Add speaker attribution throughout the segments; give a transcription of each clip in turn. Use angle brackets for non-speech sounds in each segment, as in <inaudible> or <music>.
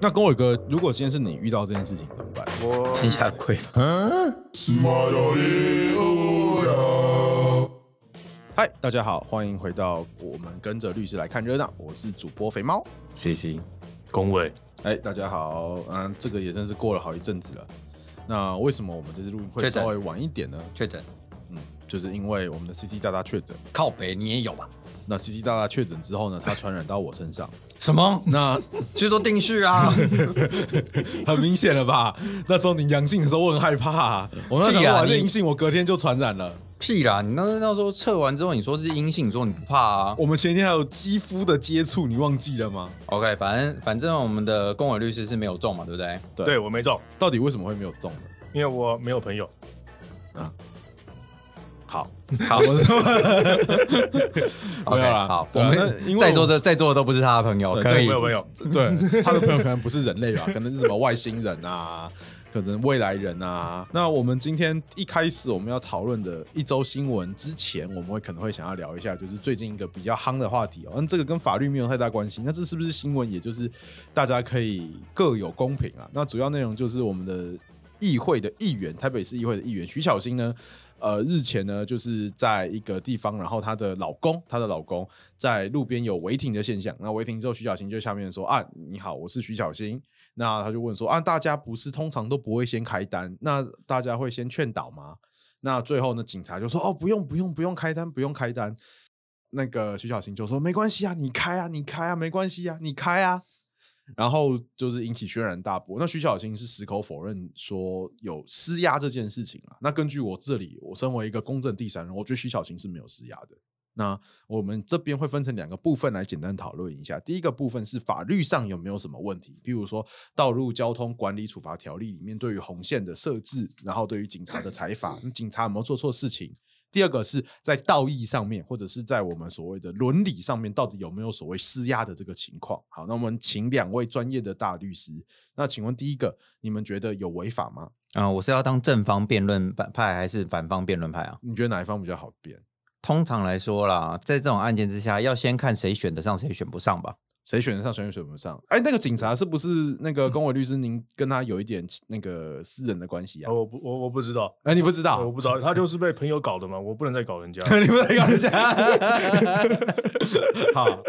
Speaker 1: 那跟我有个，如果今天是你遇到这件事情怎么办？
Speaker 2: 我
Speaker 3: 先下跪
Speaker 1: <laughs>
Speaker 3: 吧。哦
Speaker 1: 嗨，大家好，欢迎回到我们跟着律师来看热闹，我是主播肥猫。
Speaker 3: C C，
Speaker 2: 恭维，
Speaker 1: 哎，大家好，嗯，这个也真是过了好一阵子了。那为什么我们这次录音会
Speaker 3: 确诊
Speaker 1: 稍微晚一点呢？
Speaker 3: 确诊，
Speaker 1: 嗯，就是因为我们的 CT 大大确诊。
Speaker 3: 靠北你也有吧？
Speaker 1: 那 CT 大大确诊之后呢，他传染到我身上， <laughs>
Speaker 3: 什么？
Speaker 1: 那
Speaker 3: 去做定序啊？ <laughs>
Speaker 1: <laughs> 很明显了吧？那时候你阳性的时候，我很害怕、啊，我那时候
Speaker 3: 屁啊
Speaker 1: 我是
Speaker 3: 你
Speaker 1: 阴性，我隔天就传染了。
Speaker 3: 屁啦！你那那时候测完之后，你说是阴性，你说你不怕啊
Speaker 1: 我们前一天还有肌肤的接触，你忘记了吗？
Speaker 3: ？OK，反正反正我们的公委律师是没有中嘛，对不对？
Speaker 1: 对
Speaker 2: 对我没中，
Speaker 1: 到底为什么会没有中呢？
Speaker 2: 因为我没有朋友。
Speaker 1: 好，<laughs>
Speaker 3: 好，
Speaker 1: 我说 <laughs> 没有
Speaker 3: OK，
Speaker 1: 啦。
Speaker 3: 好，我
Speaker 1: 对啊那因
Speaker 3: 们
Speaker 1: 为
Speaker 3: 在座
Speaker 1: 我
Speaker 3: 的在座的都不是他的朋友，
Speaker 1: 对
Speaker 3: 可以
Speaker 2: 没。有朋友，
Speaker 1: <laughs> 对他的朋友可能不是人类吧， <laughs> 可能是什么外星人啊，可能未来人啊。那我们今天一开始我们要讨论的一周新闻之前，我们会可能会想要聊一下，就是最近一个比较夯的话题哦。那这个跟法律没有太大关系，那这是不是新闻？也就是大家可以各有公平啊。那主要内容就是我们的议会的议员，台北市议会的议员徐巧芯呢。呃，日前呢，就是在一个地方，然后她的老公，她的老公在路边有违停的现象。那违停之后，徐小新就下面说啊，你好，我是徐小新。那他就问说啊，大家不是通常都不会先开单，那大家会先劝导吗？那最后呢，警察就说哦，不用不用不用开单，不用开单。那个徐小新就说没关系啊，你开啊，你开啊，没关系啊，你开啊。然后就是引起轩然大波。那徐小新是矢口否认说有施压这件事情啊。那根据我这里，我身为一个公正第三人，我觉得徐小新是没有施压的。那我们这边会分成两个部分来简单讨论一下。第一个部分是法律上有没有什么问题，比如说《道路交通管理处罚条例》里面对于红线的设置，然后对于警察的裁罚，那警察有没有做错事情？第二个是在道义上面，或者是在我们所谓的伦理上面，到底有没有所谓施压的这个情况？好，那我们请两位专业的大律师。那请问第一个，你们觉得有违法吗？
Speaker 3: 啊、我是要当正方辩论派还是反方辩论派啊？
Speaker 1: 你觉得哪一方比较好辩？
Speaker 3: 通常来说啦，在这种案件之下，要先看谁选得上，谁选不上吧。
Speaker 1: 谁选得上，谁选不上？哎，那个警察是不是那个公委律师？您跟他有一点那个私人的关系啊
Speaker 2: 啊？我不我我不知道，
Speaker 1: 哎，你不知道
Speaker 3: 啊
Speaker 2: 我？不知道，他就是被朋友搞的嘛，我不能再搞
Speaker 3: <laughs>
Speaker 2: 人家。
Speaker 1: 你们在搞一下。好，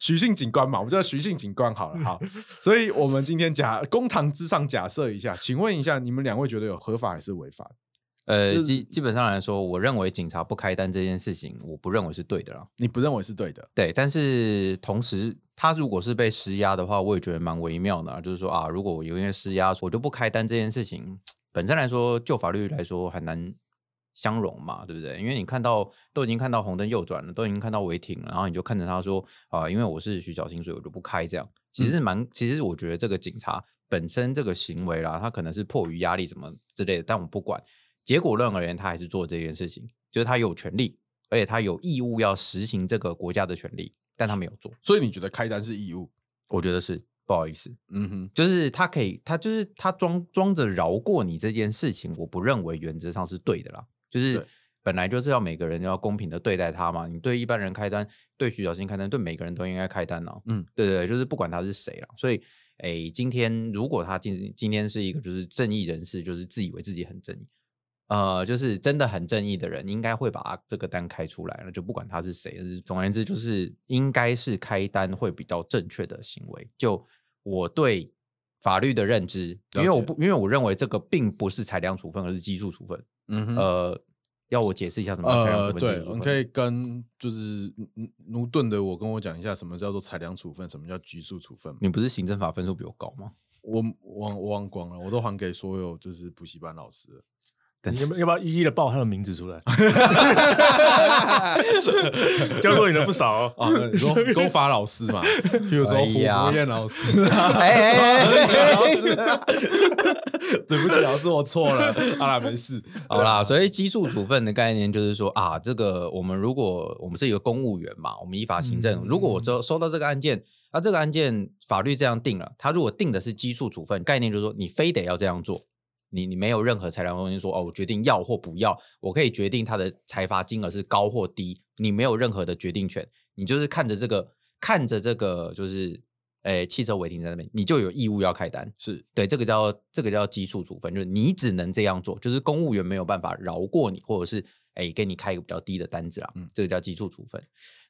Speaker 1: 徐姓警官嘛，我们叫徐姓警官好了。好，所以我们今天假公堂之上假设一下，请问一下，你们两位觉得有合法还是违法？
Speaker 3: 呃
Speaker 1: 就，是
Speaker 3: 基基本上来说，我认为警察不开单这件事情，我不认为是对的啦。
Speaker 1: 你不认为是对的？
Speaker 3: 对，但是同时，他如果是被施压的话，我也觉得蛮微妙的啊、就是说啊，如果我因为施压，我就不开单这件事情，本身来说，就法律来说很难相容嘛，对不对？因为你看到都已经看到红灯右转了，都已经看到违停了，然后你就看着他说啊、因为我是徐小新，所以我就不开这样。其实蛮，其实我觉得这个警察本身这个行为啦，他可能是迫于压力怎么之类的，但我不管。结果论而言，他还是做这件事情，就是他有权利，而且他有义务要实行这个国家的权利，但他没有做。
Speaker 1: 所以你觉得开单是义务？
Speaker 3: 我觉得是不好意思，
Speaker 1: 嗯哼，
Speaker 3: 就是他可以，他就是他装装着饶过你这件事情，我不认为原则上是对的啦。就
Speaker 1: 对
Speaker 3: 是本来就是要每个人要公平的对待他嘛，你对一般人开单，对徐小新开单，对每个人都应该开单啊。
Speaker 1: 嗯，
Speaker 3: 对对，对就是不管他是谁啦。所以，诶，今天如果他今今天是一个就是正义人士，就是自以为自己很正义。呃，就是真的很正义的人，应该会把这个单开出来了，就不管他是谁。就是总而言之，就是应该是开单会比较正确的行为。就我对法律的认知，因为
Speaker 1: 了
Speaker 3: 我
Speaker 1: 解
Speaker 3: 不，因为我认为这个并不是裁量处分，而是基数处分。
Speaker 1: 嗯哼，
Speaker 3: 呃，要我解释一下什么叫裁量
Speaker 1: 呃，
Speaker 3: 处分？技
Speaker 1: 对，
Speaker 3: 术处
Speaker 1: 你
Speaker 3: 分
Speaker 1: 可以跟就是奴奴顿的我跟我讲一下，什么叫做裁量处分，什么叫拘束处分吗？
Speaker 3: 你不是行政法分数比我高吗？
Speaker 1: 我我忘我忘光了，我都还给所有就是补习班老师了。
Speaker 2: 你要不要要不要一一的报他的名字
Speaker 3: <laughs>
Speaker 2: 出来？ <laughs> 教过你的不少哦。
Speaker 1: 啊，那你说公法老师嘛，比如说
Speaker 3: 哎
Speaker 1: 胡
Speaker 3: 呀
Speaker 1: 胡彦老师啊， <laughs>
Speaker 3: 哎哎哎哎
Speaker 1: 老师啊， <laughs> 对不起，老师，我错了，好啦，没事， <laughs>
Speaker 3: 好啦，所以基数处分的概念就是说啊，这个我们如果我们是一个公务员嘛，我们依法行政，如果我收收到这个案件，那、这个案件法律这样定了，他如果定的是基数处分，概念就是说你非得要这样做，你你没有任何裁量空间说哦，我决定要或不要，我可以决定他的裁罚金额是高或低，你没有任何的决定权，你就是看着这个看着这个就是。诶、汽车违停在那边，你就有义务要开单。
Speaker 1: 是
Speaker 3: 对，这个叫这个叫基础处分，就是你只能这样做，就是公务员没有办法饶过你，或者是哎给你开一个比较低的单子啦，
Speaker 1: 嗯
Speaker 3: 这个叫基础处分。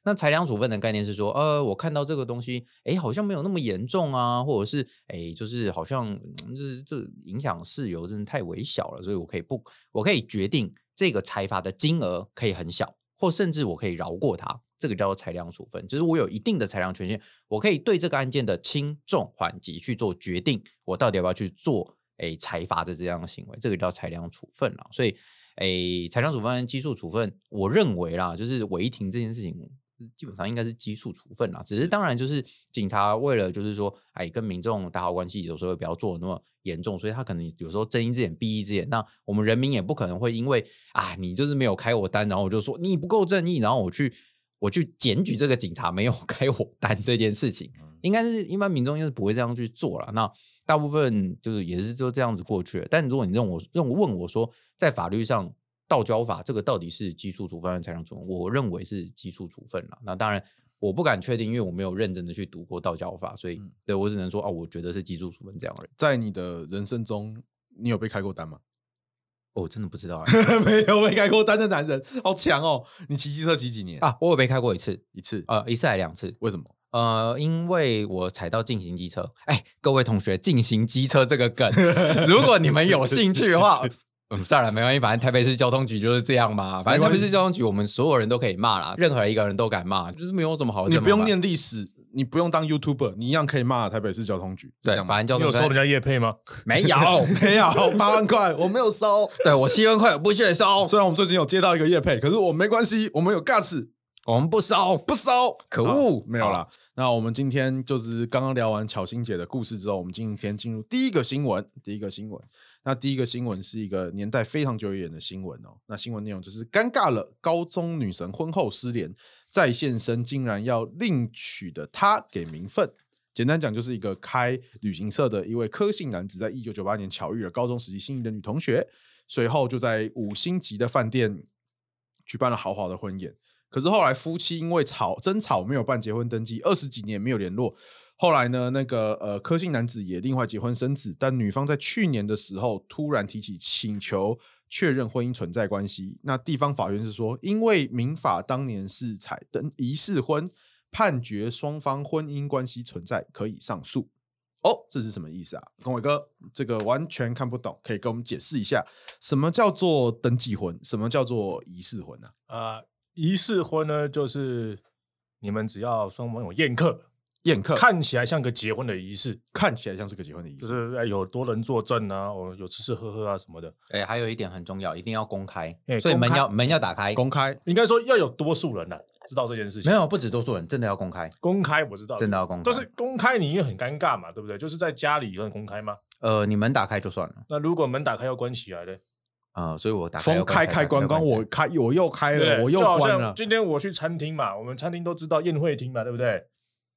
Speaker 3: 那裁量处分的概念是说，呃，我看到这个东西，哎，好像没有那么严重啊，或者是哎，就是好像嗯就是这个影响事由真的太微小了，所以我可以不，我可以决定这个裁罚的金额可以很小，或甚至我可以饶过它。这个叫做裁量处分，就是我有一定的裁量权限，我可以对这个案件的轻重缓急去做决定，我到底要不要去做诶裁罚的这样的行为，这个叫裁量处分啦。所以诶，裁量处分跟基数处分，我认为啦，就是违停这件事情。嗯基本上应该是基数处分啦，只是当然就是警察为了就是说，哎，跟民众打好关系，有时候不要做得那么严重，所以他可能有时候睁一只眼闭一只眼。那我们人民也不可能会因为啊，你就是没有开我单，然后我就说你不够正义，然后我去我去检举这个警察没有 <laughs> 开我单这件事情，应该是一般民众应该是不会这样去做了。那大部分就是也是就这样子过去了。但如果你让我让我问我说，在法律上道交法这个到底是基础处分还是裁量处分，我认为是基础处分了。那当然。我不敢确定，因为我没有认真的去读过道教法，所以、
Speaker 1: 嗯
Speaker 3: 对我只能说啊，我觉得是基础处分这样而已。
Speaker 1: 在你的人生中，你有被开过单吗？
Speaker 3: 哦我真的不知道、欸、
Speaker 1: <laughs> 没有被开过单的男人好强哦！你骑机车骑几年？
Speaker 3: <laughs> 啊，我有被开过一次，
Speaker 1: 一次？
Speaker 3: 呃，一次还两次，
Speaker 1: 为什么？
Speaker 3: 呃，因为我踩到进行机车，哎，各位同学，进行机车这个梗，如果你们有兴趣
Speaker 1: <laughs>
Speaker 3: 的话，嗯，算了，没关系，反正台北市交通局就是这样嘛，反正台北市交通局我们所有人都可以骂啦，任何一个人都敢骂，就是没有什么好，
Speaker 1: 你不用，念历史，你不用当 YouTuber，你一样可以骂台北市交通局。是这
Speaker 3: 对，
Speaker 1: 样吗
Speaker 3: 反正交
Speaker 2: 你有
Speaker 3: 通
Speaker 2: 收人
Speaker 3: 跟
Speaker 2: 家叶配吗？
Speaker 3: 没有，
Speaker 1: <laughs> 没有八万块，我没有收。
Speaker 3: 对我七万块我不屑收，
Speaker 1: 虽然我们最近有接到一个业配，可是我没关系，我们有 guts，
Speaker 3: 我们不收，
Speaker 1: 哦不收。
Speaker 3: 可
Speaker 1: 好
Speaker 3: 恶，
Speaker 1: 没有啦。那我们今天就是刚刚聊完巧心姐的故事之后，我们今天进入第一个新闻。第一个新闻，那第一个新闻是一个年代非常久远的新闻哦。那新闻内容就是尴尬了，高中女神婚后失联，再现身竟然要另娶的她给名分。简单讲，就是一个开旅行社的一位柯姓男子，在一九九八年巧遇了高中时期心仪的女同学，随后就在五星级的饭店举办了豪华的婚宴。可是后来夫妻因为吵争吵没有办结婚登记，二十几年没有联络。后来呢，那个呃柯姓男子也另外结婚生子，但女方在去年的时候突然提起请求确认婚姻存在关系。那地方法院是说，因为民法当年是采登仪式婚，判决双方婚姻关系存在，可以上诉。哦，这是什么意思啊？龚伟哥，这个完全看不懂，可以给我们解释一下，什么叫做登记婚，什么叫做仪式婚啊？
Speaker 2: 啊，仪式婚呢，就是你们只要双方有宴客，
Speaker 1: 宴客
Speaker 2: 看起来像个结婚的仪式，
Speaker 1: 看起来像是个结婚的仪
Speaker 2: 就
Speaker 1: 式，
Speaker 2: 是哎有多人作证啊，哦有吃吃喝喝啊什么的。
Speaker 3: 哎，还有一点很重要，一定要公开，
Speaker 2: 哎
Speaker 3: 所以
Speaker 2: 公
Speaker 3: 门
Speaker 2: 开
Speaker 3: 要门要打开，
Speaker 1: 公开
Speaker 2: 应该说要有多数人呐、啊知道这件事情。
Speaker 3: 没有不止多数人，真的要公开，
Speaker 2: 公开，我知道，
Speaker 3: 真的要公开，
Speaker 2: 但是公开你也很尴尬嘛，对不对？就是在家里也很公开嘛。
Speaker 3: 呃，你门打开就算了。
Speaker 2: 那如果门打开要关起来的，
Speaker 3: 啊、所以我打
Speaker 1: 封开开关关，我开我又开
Speaker 2: 对
Speaker 3: 哎
Speaker 2: 不对
Speaker 1: 了，我又
Speaker 2: 就好
Speaker 1: 关
Speaker 2: 像
Speaker 1: 了，
Speaker 2: 今天我去餐厅嘛，我们餐厅都知道宴会厅嘛，对不对？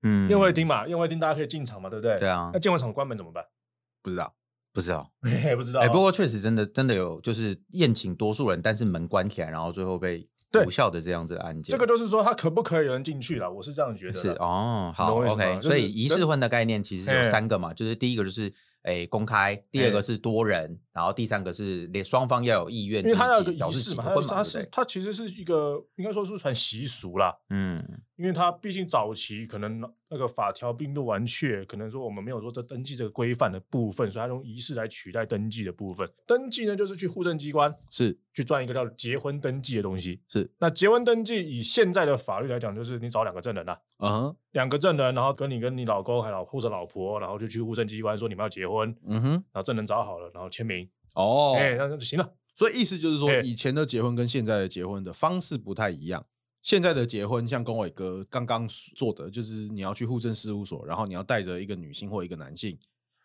Speaker 3: 嗯
Speaker 2: 宴会厅嘛，宴会厅大家可以进场嘛，对不对？
Speaker 3: 对啊
Speaker 2: 那，进完场关门怎么办？ <laughs>
Speaker 1: 不知道。
Speaker 3: 不知道，
Speaker 2: 也不知道
Speaker 3: 哎、
Speaker 2: 啊。
Speaker 3: 不过确实真的真的有，就是宴请多数人，但是门关起来，然后最后被
Speaker 2: 对
Speaker 3: 无效的这样子的案
Speaker 2: 这
Speaker 3: 件，
Speaker 2: 个就是说，他可不可以有人进去了？我是这样觉得啦。
Speaker 3: 是哦，好
Speaker 2: 懂我意思吗
Speaker 3: ，OK，、
Speaker 2: 就是
Speaker 3: 所以仪式婚的概念其实是有
Speaker 2: 哎
Speaker 3: 三个嘛，就是第一个就是哎公开，第二个
Speaker 2: 哎
Speaker 3: 是多人，然后第三个是连双方要有意愿，
Speaker 2: 因为
Speaker 3: 就是
Speaker 2: 他要有
Speaker 3: 几
Speaker 2: 个仪
Speaker 3: 表示
Speaker 2: 式
Speaker 3: 几
Speaker 2: 嘛，
Speaker 3: 个
Speaker 2: 他
Speaker 3: 婚
Speaker 2: 他
Speaker 3: 嘛，
Speaker 2: 是
Speaker 3: 对不对
Speaker 2: 他其实是一个应该说是传习俗啦，
Speaker 3: 嗯
Speaker 2: 因为他毕竟早期可能那个法条并不完确，可能说我们没有说这登记这个规范的部分，所以他用仪式来取代登记的部分。登记呢，就是去户政机关
Speaker 1: 是
Speaker 2: 去赚一个叫结婚登记的东西。
Speaker 1: 是，
Speaker 2: 那结婚登记以现在的法律来讲，就是你找两个证人啊，
Speaker 1: 嗯哼
Speaker 2: 两个证人，然后跟你跟你老公还老或者老婆，然后就去户政机关说你们要结婚，然
Speaker 1: 嗯哼，
Speaker 2: 后证人找好了，然后签名，
Speaker 1: 哦，
Speaker 2: 哎、那那就行了。
Speaker 1: 所以意思就是说，
Speaker 2: 哎
Speaker 1: 以前的结婚跟现在的结婚的方式不太一样。现在的结婚，像龚伟哥刚刚做的，就是你要去户政事务所，然后你要带着一个女性或一个男性，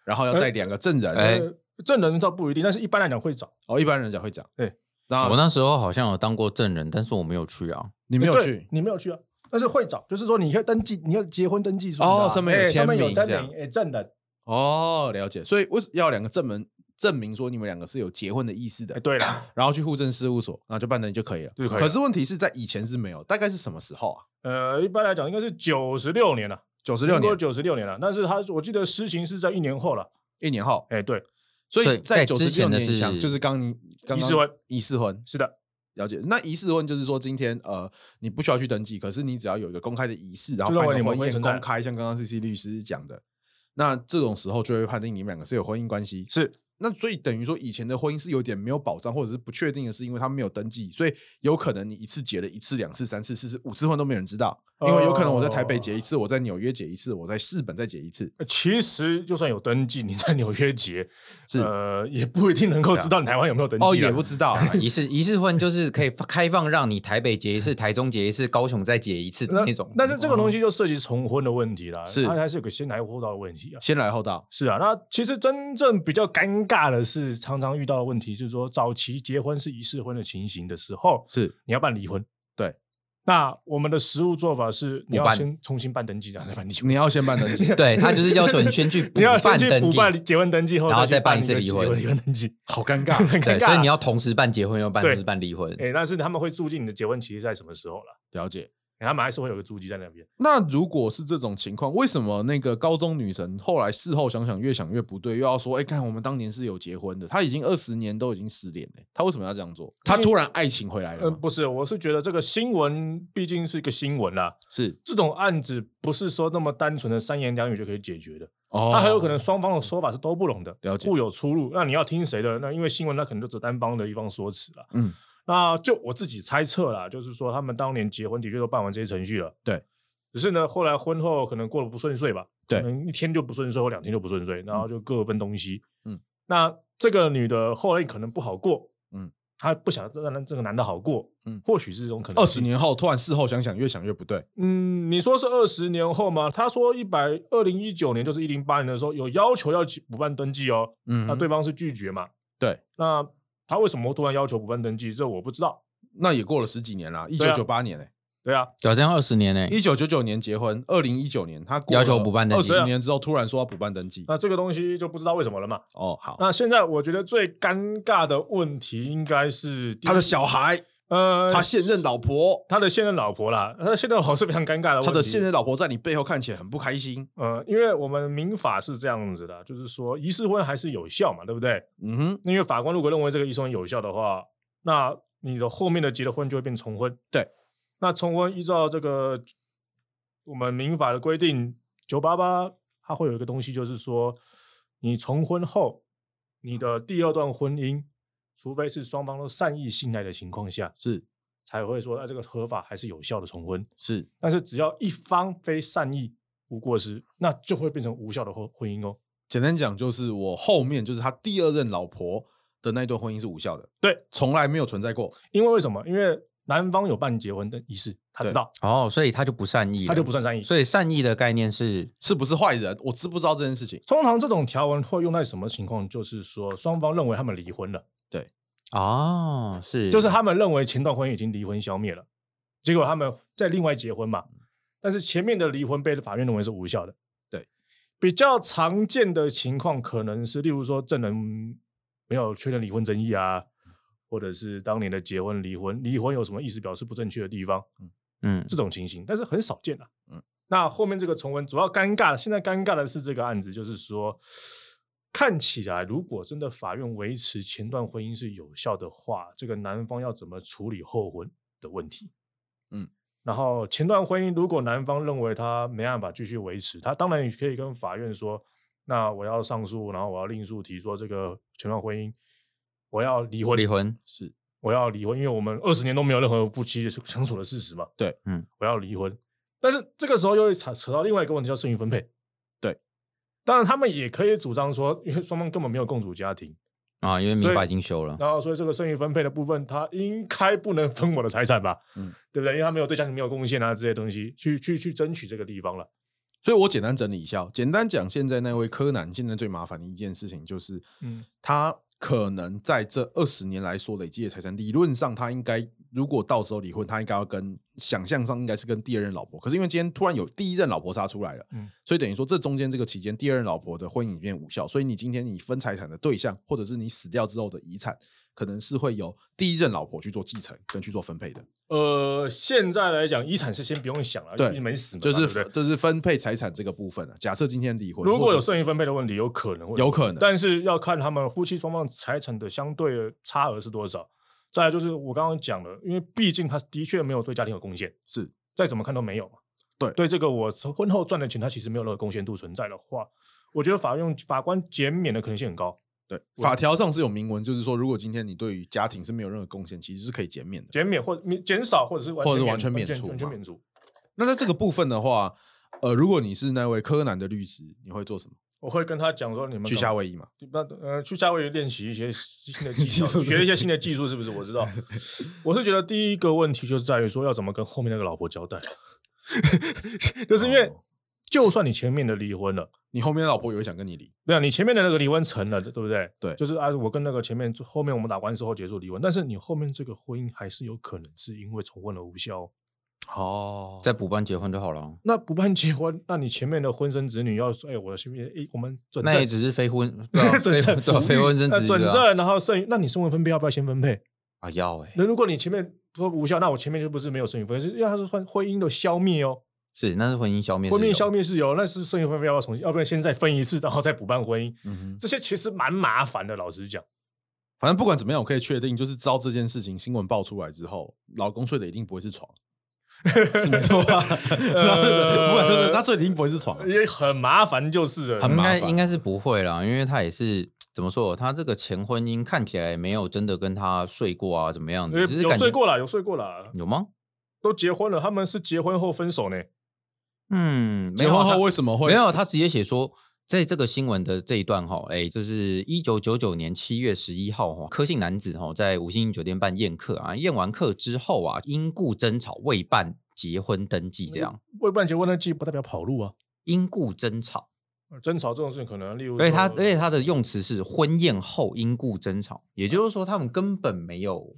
Speaker 1: 然后要带两个证人。
Speaker 3: 哎
Speaker 2: 呃证人倒不一定，但是一般来讲会找。
Speaker 1: 哦，一般人讲会讲。
Speaker 2: 对，
Speaker 1: 那
Speaker 3: 我那时候好像有当过证人，但是我没有去啊，
Speaker 1: 你没有
Speaker 2: 对
Speaker 1: 去，
Speaker 2: 你没有去啊？但是会找，就是说你可以登记，你要结婚登记书的啊
Speaker 1: 哦上面有
Speaker 2: 哎
Speaker 1: 签
Speaker 2: 上面有
Speaker 1: 名
Speaker 2: 证
Speaker 1: 这样
Speaker 2: 明，哎，证人，
Speaker 1: 哦，了解。所以为什要两个证明证明说你们两个是有结婚的意思的
Speaker 2: 哎，？对 <coughs> 了，
Speaker 1: 然后去户政事务所，那就办登记就可以了。
Speaker 2: 就可以了
Speaker 1: 是问题是在以前是没有，大概是什么时候啊？
Speaker 2: 呃，一般来讲应该是九十六年了，
Speaker 1: 九十六年
Speaker 2: 九十六年了，但是他我记得施行是在一年后了，
Speaker 1: 一年后，
Speaker 2: 哎、对，
Speaker 1: 所
Speaker 3: 所以
Speaker 1: 以在
Speaker 3: 在
Speaker 1: 九
Speaker 3: 之
Speaker 1: 十六
Speaker 3: 前的
Speaker 1: 年以
Speaker 3: 是
Speaker 1: 下就是刚你刚刚
Speaker 2: 仪式婚
Speaker 1: 仪式婚
Speaker 2: 是的，
Speaker 1: 了解。那仪式婚就是说，今天呃，你不需要去登记，可是你只要有一个公开的仪式，然后
Speaker 2: 就认
Speaker 1: 办
Speaker 2: 为
Speaker 1: 个
Speaker 2: 你们
Speaker 1: 婚
Speaker 2: 婚姻
Speaker 1: 宴
Speaker 2: 存在
Speaker 1: 公开，像刚刚 C C 律师讲的，那这种时候就会判定你们两个是有婚姻关系。
Speaker 2: 是
Speaker 1: 那所以等于说，以前的婚姻是有点没有保障，或者是不确定的，是因为他没有登记，所以有可能你一次结了一次、两次、三次、四次、五次婚都没有人知道，因为有可能我在台北结一次，我在纽约结一次，我在日本再结一次，
Speaker 2: 呃其实就算有登记，你在纽约结，
Speaker 1: 是
Speaker 2: 呃，也不一定能够知道你台湾有没有登记啊。
Speaker 1: 哦，也不知道 <laughs> 啊，
Speaker 3: 仪式仪式婚就是可以开放让你台北结
Speaker 2: <laughs>
Speaker 3: 一次、台中结一次、高雄再结一次的
Speaker 2: 那
Speaker 3: 那种。
Speaker 2: 但是这个东西就涉及重婚的问题啦，
Speaker 1: 哦是
Speaker 2: 它还是有个先来后到的问题啊。
Speaker 1: 先来后到，
Speaker 2: 是啊，那其实真正比较尴尬的是，常常遇到的问题就是说，早期结婚是仪式婚的情形的时候，
Speaker 1: 是
Speaker 2: 你要办离婚。
Speaker 1: 对，
Speaker 2: 那我们的实务做法是，你要
Speaker 3: 办
Speaker 2: 先重新办登记，然后再办离婚。
Speaker 1: 你要先办登 <laughs> 记，
Speaker 2: <laughs>
Speaker 3: 对他就是要求你先去补
Speaker 2: 你要先
Speaker 3: 办
Speaker 2: 去
Speaker 3: 登
Speaker 2: 补
Speaker 3: 记，
Speaker 2: 办结婚登记后，
Speaker 3: 然后
Speaker 2: 去
Speaker 3: 再办
Speaker 2: 办
Speaker 3: 一次
Speaker 2: 你的
Speaker 3: 离
Speaker 2: 结 <laughs>
Speaker 3: 婚
Speaker 2: 离婚登记，
Speaker 1: 好尴尬，
Speaker 2: 很尴
Speaker 3: 对，
Speaker 2: 尬。
Speaker 3: 所以你要同时办结婚又办
Speaker 2: 对
Speaker 3: 同时办离婚。
Speaker 2: 哎、但是他们会注记你的结婚期是在什么时候了，
Speaker 1: 了解。
Speaker 2: 哎他们还是会有个注记在那边。
Speaker 1: 那如果是这种情况，为什么那个高中女神后来事后想想越想越不对，又要说，哎、看我们当年是有结婚的，她已经二十年都已经失联了，她为什么要这样做？她突然爱情回来了
Speaker 3: 啊
Speaker 2: 嗯，
Speaker 1: 吗？
Speaker 2: 不是，我是觉得这个新闻毕竟是一个新闻啦，
Speaker 1: 是
Speaker 2: 这种案子不是说那么单纯的三言两语就可以解决的，
Speaker 1: 哦
Speaker 2: 它很有可能双方的说法是都不拢的，
Speaker 1: 了解
Speaker 2: 互有出入。那你要听谁的？那因为新闻它可能就只有单方的一方说辞了。
Speaker 1: 嗯，
Speaker 2: 那就我自己猜测啦，就是说他们当年结婚的确都办完这些程序了，
Speaker 1: 对。
Speaker 2: 只是呢，后来婚后可能过得不顺遂吧，
Speaker 1: 对
Speaker 2: 可能一天就不顺遂，或两天就不顺遂，然后就各奔东西。
Speaker 1: 嗯，
Speaker 2: 那这个女的后来可能不好过，
Speaker 1: 嗯，
Speaker 2: 她不想让这个男的好过，
Speaker 1: 嗯
Speaker 2: 或许是这种可能。
Speaker 1: 二十，年后突然事后想想越想越不对，
Speaker 2: 嗯，你说是二十年后吗？她说一百二零一九年就是一零八年的时候有要求要补办登记哦，
Speaker 1: 嗯
Speaker 2: 那对方是拒绝嘛？
Speaker 1: 对，
Speaker 2: 那她为什么突然要求补办登记？这我不知道。
Speaker 1: 那也过了十几年啦，一
Speaker 2: 对
Speaker 1: 九
Speaker 2: 啊
Speaker 1: 九八年哎、
Speaker 2: 对啊，
Speaker 3: 对，这样二十年呢、
Speaker 1: 一九九九年结婚，二零一九年她过
Speaker 3: 要求补办登
Speaker 1: 二
Speaker 3: 记
Speaker 1: 十年之后突然说要补办登记，
Speaker 2: 那这个东西就不知道为什么了嘛。
Speaker 1: 哦好，
Speaker 2: 那现在我觉得最尴尬的问题应该是第一
Speaker 1: 他的小，孩，
Speaker 2: 呃，
Speaker 1: 他现任老婆，
Speaker 2: 他的现任老婆啦，他的现任老婆是非常尴尬的问题。
Speaker 1: 他的现任老婆在你背后看起来很不开心，
Speaker 2: 呃，因为我们民法是这样子的，就是说仪式婚还是有效嘛，对不对？
Speaker 1: 嗯哼，
Speaker 2: 那因为法官如果认为这个仪式婚有效的话，那你的后面的结了婚就会变重婚。
Speaker 1: 对，
Speaker 2: 那重婚依照这个我们民法的规定，九八八它会有一个东西，就是说你重婚后，你的第二段婚姻，除非是双方都善意信赖的情况下，
Speaker 1: 是
Speaker 2: 才会说，那、这个合法还是有效的重婚。
Speaker 1: 是
Speaker 2: 但是只要一方非善意无过失，那就会变成无效的婚婚姻哦。
Speaker 1: 简单讲，就是我后面就是他第二任老婆的那一段婚姻是无效的，
Speaker 2: 对，
Speaker 1: 从来没有存在过。
Speaker 2: 因为为什么？因为男方有办结婚的仪式，他知道，
Speaker 3: 哦，所以他就不善意了，
Speaker 2: 他就不算善意。
Speaker 3: 所以善意的概念是
Speaker 1: 是不是坏人？我知不知道这件事情？
Speaker 2: 通常这种条文会用在什么情况？就是说双方认为他们离婚了，
Speaker 3: 哦，是
Speaker 2: 就是他们认为前段婚姻已经离婚消灭了，结果他们再另外结婚嘛。
Speaker 3: 嗯
Speaker 2: 但是前面的离婚被法院认为是无效的。
Speaker 1: 对，
Speaker 2: 比较常见的情况可能是，例如说证人没有确认离婚争议啊，或者是当年的结婚、离婚、离婚有什么意思表示不正确的地方，
Speaker 3: 嗯
Speaker 2: 这种情形，但是很少见啊。
Speaker 1: 嗯
Speaker 2: 嗯，那后面这个重温主要尴尬，现在尴尬的是这个案子，就是说，看起来如果真的法院维持前段婚姻是有效的话，这个男方要怎么处理后婚的问题？
Speaker 1: 嗯
Speaker 2: 嗯，然后前段婚姻如果男方认为他没办法继续维持，他当然也可以跟法院说，那我要上诉，然后我要另诉提说这个前段婚姻我要离婚，
Speaker 3: 离婚
Speaker 1: 是
Speaker 2: 我要离婚，因为我们二十年都没有任何夫妻相处的事实嘛。
Speaker 1: 对，
Speaker 3: 嗯，
Speaker 2: 我要离婚。但是这个时候又会扯扯到另外一个问题，叫剩余分配。
Speaker 1: 对，
Speaker 2: 当然他们也可以主张说，因为双方根本没有共主家庭，
Speaker 3: 啊，因为民
Speaker 2: 所以哦
Speaker 3: 法已经修了，
Speaker 2: 然后所以这个剩余分配的部分，他应该不能分我的财产吧？
Speaker 1: 嗯
Speaker 2: 嗯，对不对？因为他没有对家庭没有贡献啊，这些东西去去去争取这个地方了。
Speaker 1: 所以我简单整理一下哦，简单讲，现在那位柯南现在最麻烦的一件事情就是，
Speaker 2: 嗯
Speaker 1: 他可能在这二十年来说累积的财产，理论上他应该如果到时候离婚，他应该要跟想象上应该是跟第二任老婆，可是因为今天突然有第一任老婆杀出来了，
Speaker 2: 嗯
Speaker 1: 所以等于说这中间这个期间，第二任老婆的婚姻里面无效，所以你今天你分财产的对象，或者是你死掉之后的遗产，可能是会由第一任老婆去做继承跟去做分配的，
Speaker 2: 呃，现在来讲，遗产是先不用想了，
Speaker 1: 对
Speaker 2: 因为没死嘛，
Speaker 1: 就
Speaker 2: 对
Speaker 1: 是
Speaker 2: 不对
Speaker 1: 就是分配财产这个部分啊。假设今天离婚，
Speaker 2: 如果
Speaker 1: 或
Speaker 2: 有
Speaker 1: 者
Speaker 2: 剩余分配的问题，有可能会
Speaker 1: 有可能，
Speaker 2: 但是要看他们夫妻双方财产的相对的差额是多少。再来就是我刚刚讲了，因为毕竟他的确没有对家庭有贡献，
Speaker 1: 是
Speaker 2: 再怎么看都没有嘛。
Speaker 1: 对
Speaker 2: 对，这个我婚后赚的钱，他其实没有任何贡献度存在的话，我觉得法院法官减免的可能性很高。
Speaker 1: 对法条上是有明文，就是说如果今天你对于家庭是没有任何贡献，其实是可以减免的。
Speaker 2: 减免或免减少，或者是完全
Speaker 1: 或者是
Speaker 2: 免
Speaker 1: 完全免除
Speaker 2: 完全
Speaker 1: 嘛
Speaker 2: 免除。
Speaker 1: 那在这个部分的话，呃，如果你是那位柯南的律师，你会做什么？
Speaker 2: 我会跟他讲说，你们
Speaker 1: 去夏威夷嘛？
Speaker 2: 那呃，去夏威夷练习一些新的技
Speaker 1: 技
Speaker 2: 巧，
Speaker 1: 术
Speaker 2: 学一些新的技术，是不是？我知道，我是觉得第一个问题就是在于说，要怎么跟后面那个老婆交代，就是因为
Speaker 1: 哦
Speaker 2: 就算你前面的离婚了，
Speaker 1: 你后面的老婆也会想跟你离，
Speaker 2: 对啊，你前面的那个离婚成了，对不对？
Speaker 1: 对
Speaker 2: 就是啊，我跟那个前面后面我们打官司后结束离婚，但是你后面这个婚姻还是有可能是因为重婚而无效哦。
Speaker 1: 哦
Speaker 3: 再补办结婚就好了。
Speaker 2: 那不办结婚，那你前面的婚生子女要说，哎，我前面哎，我们准
Speaker 3: 那也
Speaker 2: 证，
Speaker 3: 只是
Speaker 2: <laughs>
Speaker 3: 非婚，对啊
Speaker 2: 准
Speaker 3: 非
Speaker 2: 证
Speaker 3: 对啊非婚生
Speaker 2: 呃
Speaker 3: 子女
Speaker 2: 准
Speaker 3: 啊
Speaker 2: 证，然后剩余，那你生活分配要不要先分配？
Speaker 3: 啊要哎，
Speaker 2: 那如果你前面说无效，那我前面就不是没有剩余分配，是因为它是算婚姻的消灭哦，
Speaker 3: 是那是婚姻消灭，
Speaker 2: 婚姻消，灭是有，那是剩余分配要不要重新，要不然现在分一次，然后再补办婚姻，
Speaker 1: 嗯哼，
Speaker 2: 这些其实蛮麻烦的。老实讲，
Speaker 1: 反正不管怎么样，我可以确定，就是知道这件事情新闻爆出来之后，老公睡的一定不会是
Speaker 3: <laughs>
Speaker 1: 床，是没错吧？ <laughs>
Speaker 2: 呃
Speaker 1: 不管怎么样，他睡的一定不会是
Speaker 3: 哦
Speaker 1: 床啊、
Speaker 2: 也很麻烦就是了
Speaker 1: 很。
Speaker 3: 应
Speaker 1: 麻
Speaker 3: 该
Speaker 1: 烦
Speaker 3: 应该是不会啦，因为他也是怎么说，他这个前婚姻看起来没有真的跟他睡过啊，怎么样
Speaker 2: 呃
Speaker 3: 的？只是
Speaker 2: 有
Speaker 3: 感
Speaker 2: 睡
Speaker 3: 觉
Speaker 2: 过了，有睡过了，
Speaker 3: 有吗？
Speaker 2: 都结婚了，他们是结婚后分手呢。
Speaker 3: 嗯，没
Speaker 1: 结
Speaker 3: 有
Speaker 1: 婚
Speaker 3: 啊他
Speaker 1: 后为什么会
Speaker 3: 没有，他直接写说，在这个新闻的这一段哈，哎，就是一九九九年七月十一号哈，柯姓男子哈在五星级酒店办宴客啊，宴完客之后啊，因故争吵未办结婚登记，这样
Speaker 2: 未办结婚登记不代表跑路啊，
Speaker 3: 因故争吵，
Speaker 2: 呃争吵这种事情可能，例如
Speaker 3: 而且他
Speaker 2: 说
Speaker 3: 而且他的用词是婚宴后因故争吵，也就是说他们根本没有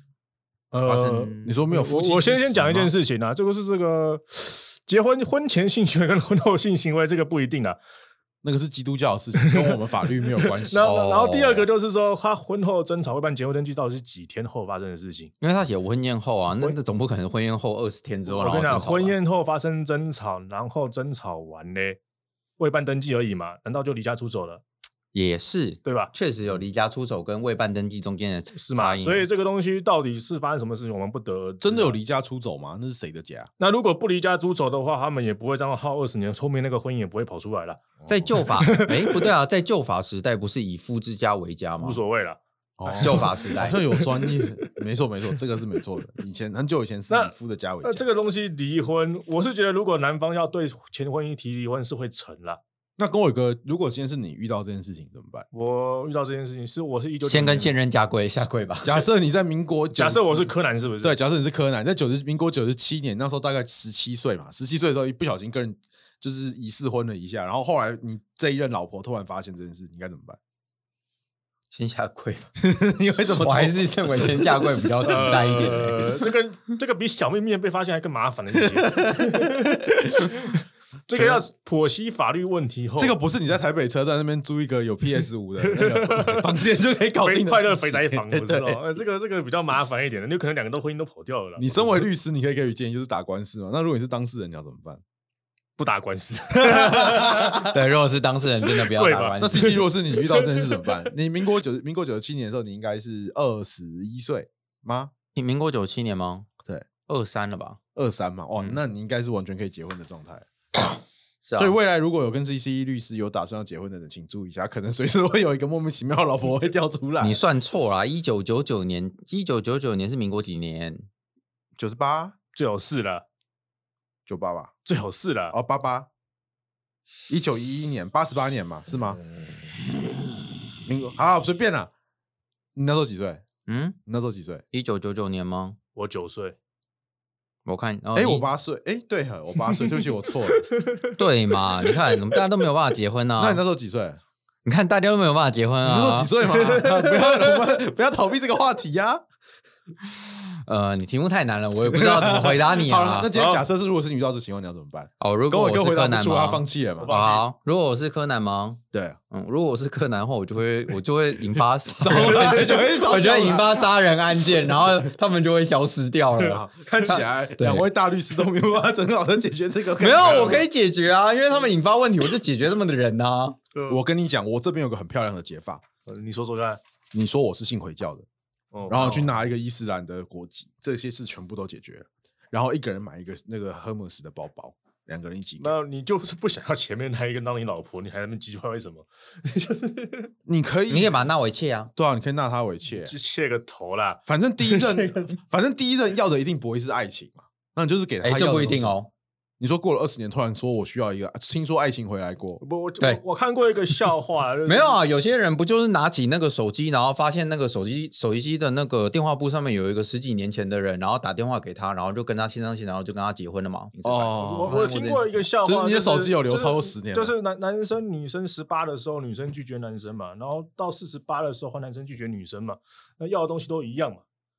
Speaker 3: 发
Speaker 2: 呃
Speaker 3: 生。
Speaker 1: 你说没有夫
Speaker 2: 我
Speaker 1: 妻
Speaker 2: 我
Speaker 1: 之
Speaker 2: 先先
Speaker 1: 实
Speaker 2: 讲一件
Speaker 1: 吗，
Speaker 2: 事情啊，这个是这个结婚婚前性行为跟婚后性行为这个不一定啊。
Speaker 1: 那个是基督教的事情，跟我们法律没有关系
Speaker 2: 然。
Speaker 3: <laughs> 那
Speaker 2: 后然后第二个
Speaker 3: 哦
Speaker 2: 就是说，他婚后争吵会办结婚登记到底是几天后发生的事情？
Speaker 3: 因为他写婚宴后啊，那那总不可能婚宴后二十天
Speaker 1: 哦
Speaker 3: 之后，
Speaker 2: 我
Speaker 3: 然
Speaker 2: 跟
Speaker 3: 后
Speaker 2: 你
Speaker 1: 啊
Speaker 2: 讲，
Speaker 3: 争吵吧
Speaker 2: 婚宴后发生争吵，然后争吵完呢，未办登记而已嘛，难道就离家出走了，
Speaker 3: 也是
Speaker 2: 对吧？
Speaker 3: 确实有离家出走跟未办登记中间的
Speaker 2: 是嘛？
Speaker 3: 差异
Speaker 2: 所以这个东西到底是发生什么事情，我们不得而知啊
Speaker 1: 真的有离家出走吗？那是谁的家？
Speaker 2: 那如果不离家出走的话，他们也不会这样耗二十年，后面那个婚姻也不会跑出来了，
Speaker 3: 在旧
Speaker 1: <laughs>
Speaker 3: 法，哎，不对啊，在旧法时代不是以夫之家为家吗
Speaker 2: 无？所谓了。
Speaker 1: 哦
Speaker 3: 旧
Speaker 1: <laughs>
Speaker 3: 法时
Speaker 1: 好
Speaker 3: 代
Speaker 1: 像有专
Speaker 2: <laughs>
Speaker 1: 业，没错没错，这个是没错的。以前很久以前是
Speaker 2: 那
Speaker 1: 以夫的家为
Speaker 2: 那
Speaker 1: 家
Speaker 2: 这，个东西离婚，我是觉得如果男方要对前婚姻提离婚是会成啦。
Speaker 1: 那跟我有个，如果今天是你遇到这件事情怎么办？
Speaker 2: 我遇到这件事情是我是一九
Speaker 3: 先跟现任家规下跪吧。
Speaker 1: 假设你在民国90，
Speaker 2: 假设我是柯南是不是？
Speaker 1: 对，假设你是柯南，在九十民国九十七年那时候大概十七岁嘛，十七岁的时候一不小心跟人就是疑似婚了一下，然后后来你这一任老婆突然发现这件事，你应该怎么办？ <laughs>
Speaker 3: 先下跪吧，
Speaker 1: 你会怎么
Speaker 3: 我
Speaker 1: 做？
Speaker 3: 还是认为先下跪比较实在一
Speaker 1: <laughs>
Speaker 3: 点、
Speaker 2: 呃， <laughs> 这个这个比小秘密被发现还更麻烦了一
Speaker 1: <laughs>
Speaker 2: 些。这个要剖析法律问题后，
Speaker 1: 这个不是你在台北车站那边租一个有 PS 五
Speaker 2: <laughs>
Speaker 1: 的那个房间就可以搞
Speaker 2: 肥
Speaker 1: 定的
Speaker 2: 快乐
Speaker 1: 事
Speaker 2: 肥宅
Speaker 1: 情
Speaker 2: 房，我知道，
Speaker 1: <laughs> 对
Speaker 2: 呃，这个这个比较麻烦一点的，你有可能两个都婚姻都跑掉了啦。
Speaker 1: 你身为律师，你可以给予建议，就是打官司嘛。那如果你是当事人，你要怎么办？
Speaker 2: 不打
Speaker 1: <laughs>
Speaker 2: 官司，
Speaker 3: 对，如果是当事人，真的不要
Speaker 2: 跪
Speaker 3: 打
Speaker 2: 吧
Speaker 3: 官
Speaker 1: 那
Speaker 3: 司 <laughs>
Speaker 1: C。C，如果是你遇到这件事怎么办？ <laughs> 你民国九民国九十七年的时候，你应该是二十一岁吗？
Speaker 3: 你民国九七年吗？
Speaker 1: 对，
Speaker 3: 二三了吧？
Speaker 1: 二三嘛，哦，
Speaker 3: 嗯
Speaker 1: 那你应该是完全可以结婚的状态。
Speaker 3: 是啊
Speaker 1: 所以。未来如果有跟 C C 律师有打算要结婚的人，请注意一下，可能随时会有一个莫名其妙的老婆会掉出来。
Speaker 3: 啊你算错啦！一九九九年，一九九九年是民国几年？
Speaker 1: 九十八、
Speaker 2: 最好是了，
Speaker 1: 九八吧？
Speaker 2: 最好是了。
Speaker 1: 哦，八八，一九一一年，八十八年嘛，是吗？民国好随便啦。你那时候几岁？
Speaker 3: 嗯，
Speaker 1: 你那时候几岁？
Speaker 3: 一九九九年吗？
Speaker 2: 我九岁，
Speaker 3: 我看，哎、哦
Speaker 1: 哎、
Speaker 3: 你
Speaker 1: 我八岁。哎、对呵，我八岁，对不起，我错
Speaker 3: <laughs>
Speaker 1: 了。
Speaker 3: 对嘛？你看，我们大家都没有办法结婚啊。
Speaker 1: <laughs> 那你那时候几岁？
Speaker 3: 你看，大家都没有办法结婚
Speaker 1: 你那时候 <laughs>
Speaker 3: 啊
Speaker 1: 几。岁嘛？不要不要不要逃避这个话题呀、啊
Speaker 3: 呃，你题目太难了，我也不知道怎么回答
Speaker 1: <laughs>
Speaker 3: 你
Speaker 1: 好了
Speaker 3: 啊，
Speaker 1: 那。今天
Speaker 2: 好
Speaker 1: 假设是如果是你遇到这情况，你要怎么办？
Speaker 3: 哦，如
Speaker 1: 跟
Speaker 3: 果
Speaker 1: 我
Speaker 3: 我
Speaker 1: 哥
Speaker 3: 是
Speaker 1: 回答
Speaker 3: 柯
Speaker 1: 不
Speaker 3: 南
Speaker 1: 出，啊他放
Speaker 3: 吗？哦
Speaker 1: 弃了嘛？
Speaker 2: 放弃
Speaker 3: 好，如果我是柯南吗？
Speaker 1: 对，
Speaker 3: <laughs> 嗯，如果我是柯南的话，我就会我就会引发
Speaker 1: <laughs>
Speaker 3: 杀
Speaker 1: 找了你就会找
Speaker 3: <laughs> 我就
Speaker 1: 小
Speaker 3: 会引
Speaker 1: 兰
Speaker 3: 发杀人案件，然后他们就会消失掉了啦。
Speaker 1: 好看起来两位大律师都没有办法很好的解决这个。
Speaker 3: 没有，我可以解决啊，因为他们引发问题，我就解决他们的人啊呐、
Speaker 1: 我跟你讲，我这边有个很漂亮的解法。
Speaker 2: 呃你说说看，
Speaker 1: 你说我是信回教的，
Speaker 2: 哦
Speaker 1: 然后去拿一个伊斯兰的国籍，这些事全部都解决了。然后一个人买一个那个 Hermes 的包包，两个人一起给。
Speaker 2: 那你就是不想要前面那一个当你老婆，你还在那边唧唧歪歪什么？
Speaker 1: 你可以，
Speaker 3: 你也把他纳为妾啊。
Speaker 1: 对啊，你可以纳他为妾。
Speaker 2: 就切个头啦！
Speaker 1: 反正 <laughs> 第一任，反正第一任要的一定不会是爱情嘛，那你就是给他。
Speaker 3: 哎，这不一定。哦。
Speaker 1: 你说过了二十年，突然说我需要一个，啊听说爱情回来过，
Speaker 2: 不，我
Speaker 3: 对
Speaker 2: 我我看过一个
Speaker 1: <laughs>
Speaker 2: 笑话，就是
Speaker 3: <laughs> 没有啊，有些人不就是拿起那个手机，然后发现那个手机手机机的那个电话簿上面有一个十几年前的人，然后打电话给他，然后就跟他线上线，然后就跟他结婚了嘛？
Speaker 2: 我
Speaker 1: 哦
Speaker 2: 我有听过一个笑话，
Speaker 1: 就是你的
Speaker 2: 就
Speaker 1: 手机有留
Speaker 2: 就是
Speaker 1: 超过10年
Speaker 2: 就
Speaker 1: 了
Speaker 2: 是男男生女生十八的时候，女生拒绝男生嘛，然后到四十八的时候换男生拒绝女生嘛，那要的东西都一样嘛，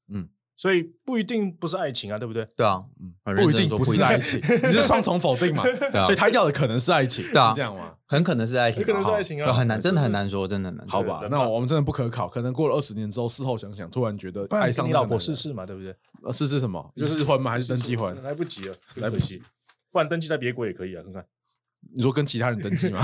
Speaker 1: 嗯，
Speaker 2: 所以不一定不是爱情啊，对不对？
Speaker 3: 对啊，很认
Speaker 1: 不一
Speaker 3: 真
Speaker 1: 定
Speaker 3: 说
Speaker 1: 不
Speaker 3: 不
Speaker 1: 是爱情， <laughs> 你是双重否定
Speaker 3: <laughs>
Speaker 1: 嘛？
Speaker 3: 啊
Speaker 1: 所以他要的可能是爱情，是
Speaker 3: 对啊
Speaker 1: 这样吗？
Speaker 3: 很可能是爱情嘛，
Speaker 2: 有可能是爱情啊
Speaker 3: 对很难，
Speaker 2: 对
Speaker 3: 真的
Speaker 2: 是
Speaker 3: 很难说，真的很难说。
Speaker 1: 好吧，
Speaker 2: 人
Speaker 1: 啊那
Speaker 2: 吧
Speaker 1: 我们真的不可考。可能过了二十年之后，事后想想，突然觉得
Speaker 2: 不然
Speaker 1: 爱
Speaker 2: 你
Speaker 1: 上
Speaker 2: 跟你
Speaker 1: 那
Speaker 2: 老
Speaker 1: 个
Speaker 2: 婆
Speaker 1: 男
Speaker 2: 试
Speaker 1: 人
Speaker 2: 试嘛，对不对？
Speaker 1: 呃是是什么？是试婚吗？还是登记婚？ <laughs>
Speaker 2: 来不及了，
Speaker 1: 来
Speaker 2: 来
Speaker 1: 不
Speaker 2: 不
Speaker 1: 及
Speaker 2: 及。不然登记在别国也可以啊，看看。
Speaker 1: 你说跟其他人登 <laughs> 记吗？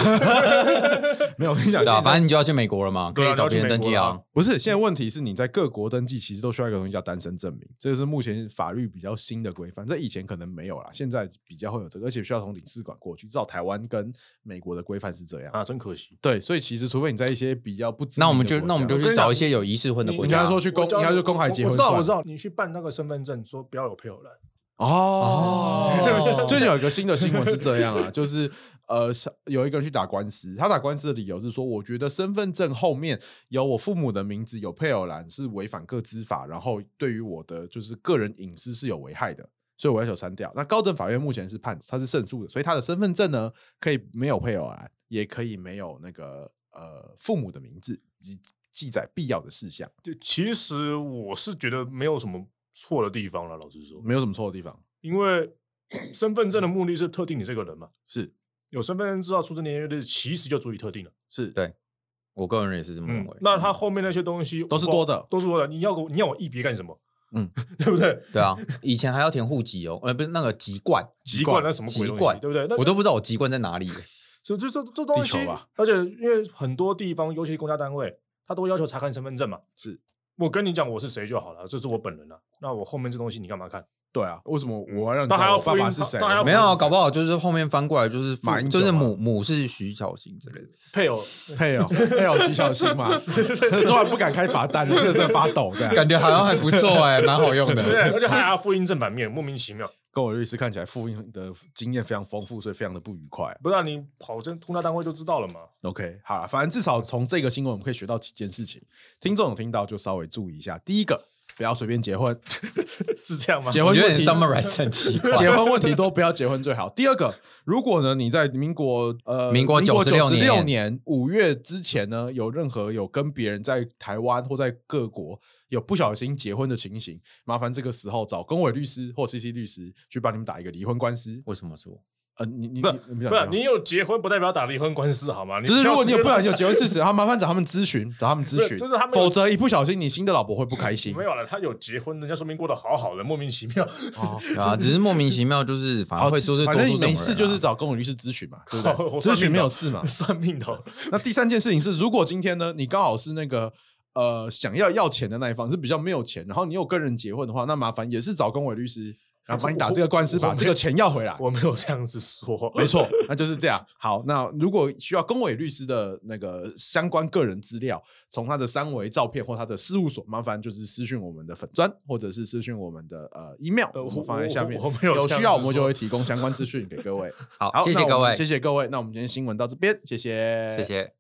Speaker 1: 没有，我跟你讲
Speaker 3: 对，啊，
Speaker 1: 现在
Speaker 3: 反正你就要去美国了嘛，可
Speaker 2: 对啊
Speaker 3: 以找别人
Speaker 2: 你要
Speaker 3: 登
Speaker 2: 去美国
Speaker 3: 记
Speaker 2: 了啊
Speaker 3: 啊。
Speaker 1: 不是现在问题是你在各国登记其实都需要一个东西叫单身证明，这个是目前法律比较新的规范，这以前可能没有啦，现在比较会有这个，而且需要从领事馆过去。至少台湾跟美国的规范是这样。
Speaker 2: 啊，真可惜。
Speaker 1: 对，所以其实除非你在一些比较不知名的
Speaker 3: 那我们就
Speaker 1: 国家
Speaker 3: 那我们就去找一些有仪式婚的
Speaker 2: 你
Speaker 3: 国
Speaker 1: 你
Speaker 3: 家
Speaker 1: 刚
Speaker 3: 啊。
Speaker 1: 才说去公，
Speaker 2: 我
Speaker 1: 你
Speaker 2: 教
Speaker 1: 刚才说公海结
Speaker 2: 我
Speaker 1: 婚
Speaker 2: 知道，
Speaker 1: 算
Speaker 2: 我
Speaker 1: 了
Speaker 2: 知道，你去办那个身份证，说不要有配偶栏。
Speaker 1: 哦
Speaker 2: <laughs>
Speaker 3: 哦，
Speaker 1: 最近有一个新的新闻是这样啊， <laughs> 就是呃，是有一个人去打官司，他打官司的理由是说，我觉得身份证后面有我父母的名字，有配偶栏是违反个资法，然后对于我的就是个人隐私是有危害的。所以我要求删掉。那高等法院目前是判他是胜诉的，所以他的身份证呢可以没有配偶栏，也可以没有那个呃父母的名字以及记载必要的事项，
Speaker 2: 就其实我是觉得没有什么错的地方了，老实说，
Speaker 1: 没有什么错的地方。
Speaker 2: 因为身份证的目的是特定你这个人嘛。
Speaker 1: 是
Speaker 2: 有身份证知道出生年月日，其实就足以特定了。
Speaker 1: 是，
Speaker 3: 对我个人也是这么认
Speaker 2: 嗯
Speaker 3: 为，。
Speaker 2: 那他后面那些东西
Speaker 1: 都是多的
Speaker 2: 都是多的。你要我，你要我一别干什么？
Speaker 1: 嗯，
Speaker 2: 对
Speaker 1: <laughs>
Speaker 2: 不对？
Speaker 3: 对啊，以前还要填户籍哦，呃，不是那个籍贯，
Speaker 2: 籍贯那什么鬼
Speaker 3: 籍
Speaker 2: 东
Speaker 3: 贯
Speaker 2: 西，对不对？那
Speaker 3: 我都不知道我籍贯在哪里。
Speaker 2: 所以这这这东西
Speaker 1: 地球吧，
Speaker 2: 而且因为很多地方，尤其是公家单位，他都要求查看身份证嘛。
Speaker 1: 是，
Speaker 2: 我跟你讲我是谁就好了，这是我本人啊。那我后面这东西你干嘛看？
Speaker 1: 对啊，为什么我要让你
Speaker 2: 那还
Speaker 1: 知道
Speaker 2: 要
Speaker 1: 我爸
Speaker 2: 复
Speaker 1: 爸
Speaker 2: 印
Speaker 1: 是
Speaker 2: 他
Speaker 1: 谁？
Speaker 2: 那还要
Speaker 3: 没有啊，
Speaker 2: 复制
Speaker 3: 搞不好就是后面翻过来就是父
Speaker 1: 马英九啊
Speaker 3: 就是
Speaker 1: 嘛
Speaker 3: 母母是徐巧芯之类的。
Speaker 2: 配偶，
Speaker 1: 配 <laughs> 偶，配偶徐小新嘛， <laughs> 突然不敢开罚 <laughs> 单了，瑟瑟发抖这样。
Speaker 3: 感觉好像还不错哎、蛮好用
Speaker 2: <laughs> 对，
Speaker 3: 的。
Speaker 2: 而且还要复印正版面，莫名其妙。
Speaker 1: 跟我律师看起来复印的经验非常丰富，所以非常的不愉快。
Speaker 2: 不然你跑这公家单位就知道了嘛。
Speaker 1: OK，好啦，反正至少从这个新闻我们可以学到几件事情，听众有听到就稍微注意一下。第一个，不要随便结婚，
Speaker 2: 是这样吗？
Speaker 1: 结
Speaker 3: 我
Speaker 1: 婚
Speaker 3: 觉得
Speaker 1: 问
Speaker 3: 你
Speaker 1: 题
Speaker 3: summarize 很奇怪。
Speaker 1: 结婚问题都不要结婚最好。第二个，如果呢你在民国呃
Speaker 3: 民国
Speaker 1: 九
Speaker 3: 96
Speaker 1: 十
Speaker 3: 年
Speaker 1: 六年五月之前呢，有任何有跟别人在台湾或在各国有不小心结婚的情形，麻烦这个时候找公委律师或 CC 律师去帮你们打一个离婚官司。
Speaker 3: 为什么是我？
Speaker 1: 呃，你你
Speaker 2: 不
Speaker 1: 你你不想
Speaker 2: 不
Speaker 1: 结
Speaker 2: 然
Speaker 1: 婚
Speaker 2: 你有结婚不代表打离婚官司好吗？
Speaker 1: 就是如果你有不小
Speaker 2: 想
Speaker 1: 心有结婚事实，然后麻烦找他们咨询，找他们咨询，
Speaker 2: 不是就是他们有
Speaker 1: 否则一不小心你新的老婆会不开心
Speaker 2: 没。有了，他有结婚，人家说明过得好好的，莫名其妙。
Speaker 1: 哦
Speaker 3: 对啊，只是莫名其妙，就是反
Speaker 1: 好
Speaker 3: 而会多是多
Speaker 1: 反
Speaker 3: 出这
Speaker 1: 正
Speaker 3: 种
Speaker 1: 没
Speaker 3: 人、
Speaker 1: 事
Speaker 3: 啊。
Speaker 1: 就是找公委律师咨询嘛，对不对
Speaker 2: 靠？我
Speaker 1: 咨
Speaker 2: 算
Speaker 1: 询
Speaker 2: 命
Speaker 1: 没有
Speaker 2: 的
Speaker 1: 事嘛。
Speaker 2: <laughs> 算命的哦，
Speaker 1: 那第三件事情是，如果今天呢，你刚好是那个呃想要要钱的那一方，是比较没有钱，然后你有跟人结婚的话，那麻烦也是找公委律师，然后帮你打这个官司，
Speaker 2: 我我
Speaker 1: 把这个钱要回来。
Speaker 2: 我没有这样子说，
Speaker 1: 没错，那就是这样。好，那如果需要公委律师的那个相关个人资料，从他的三维照片或他的事务所，麻烦就是私讯我们的粉砖，或者是私讯我们的呃 email，
Speaker 2: 呃
Speaker 1: 我
Speaker 2: 我
Speaker 1: 们放在下面。
Speaker 2: 我我我没有这样子
Speaker 1: 需要，我们就
Speaker 2: 说
Speaker 1: 会提供相关资讯给各位。
Speaker 2: <laughs>
Speaker 3: 好，
Speaker 1: 好，
Speaker 3: 谢
Speaker 1: 那
Speaker 3: 谢
Speaker 1: 我
Speaker 3: 各
Speaker 1: 们
Speaker 3: 位，
Speaker 1: 谢谢各位。那我们今天新闻到这边，谢谢，
Speaker 3: 谢谢。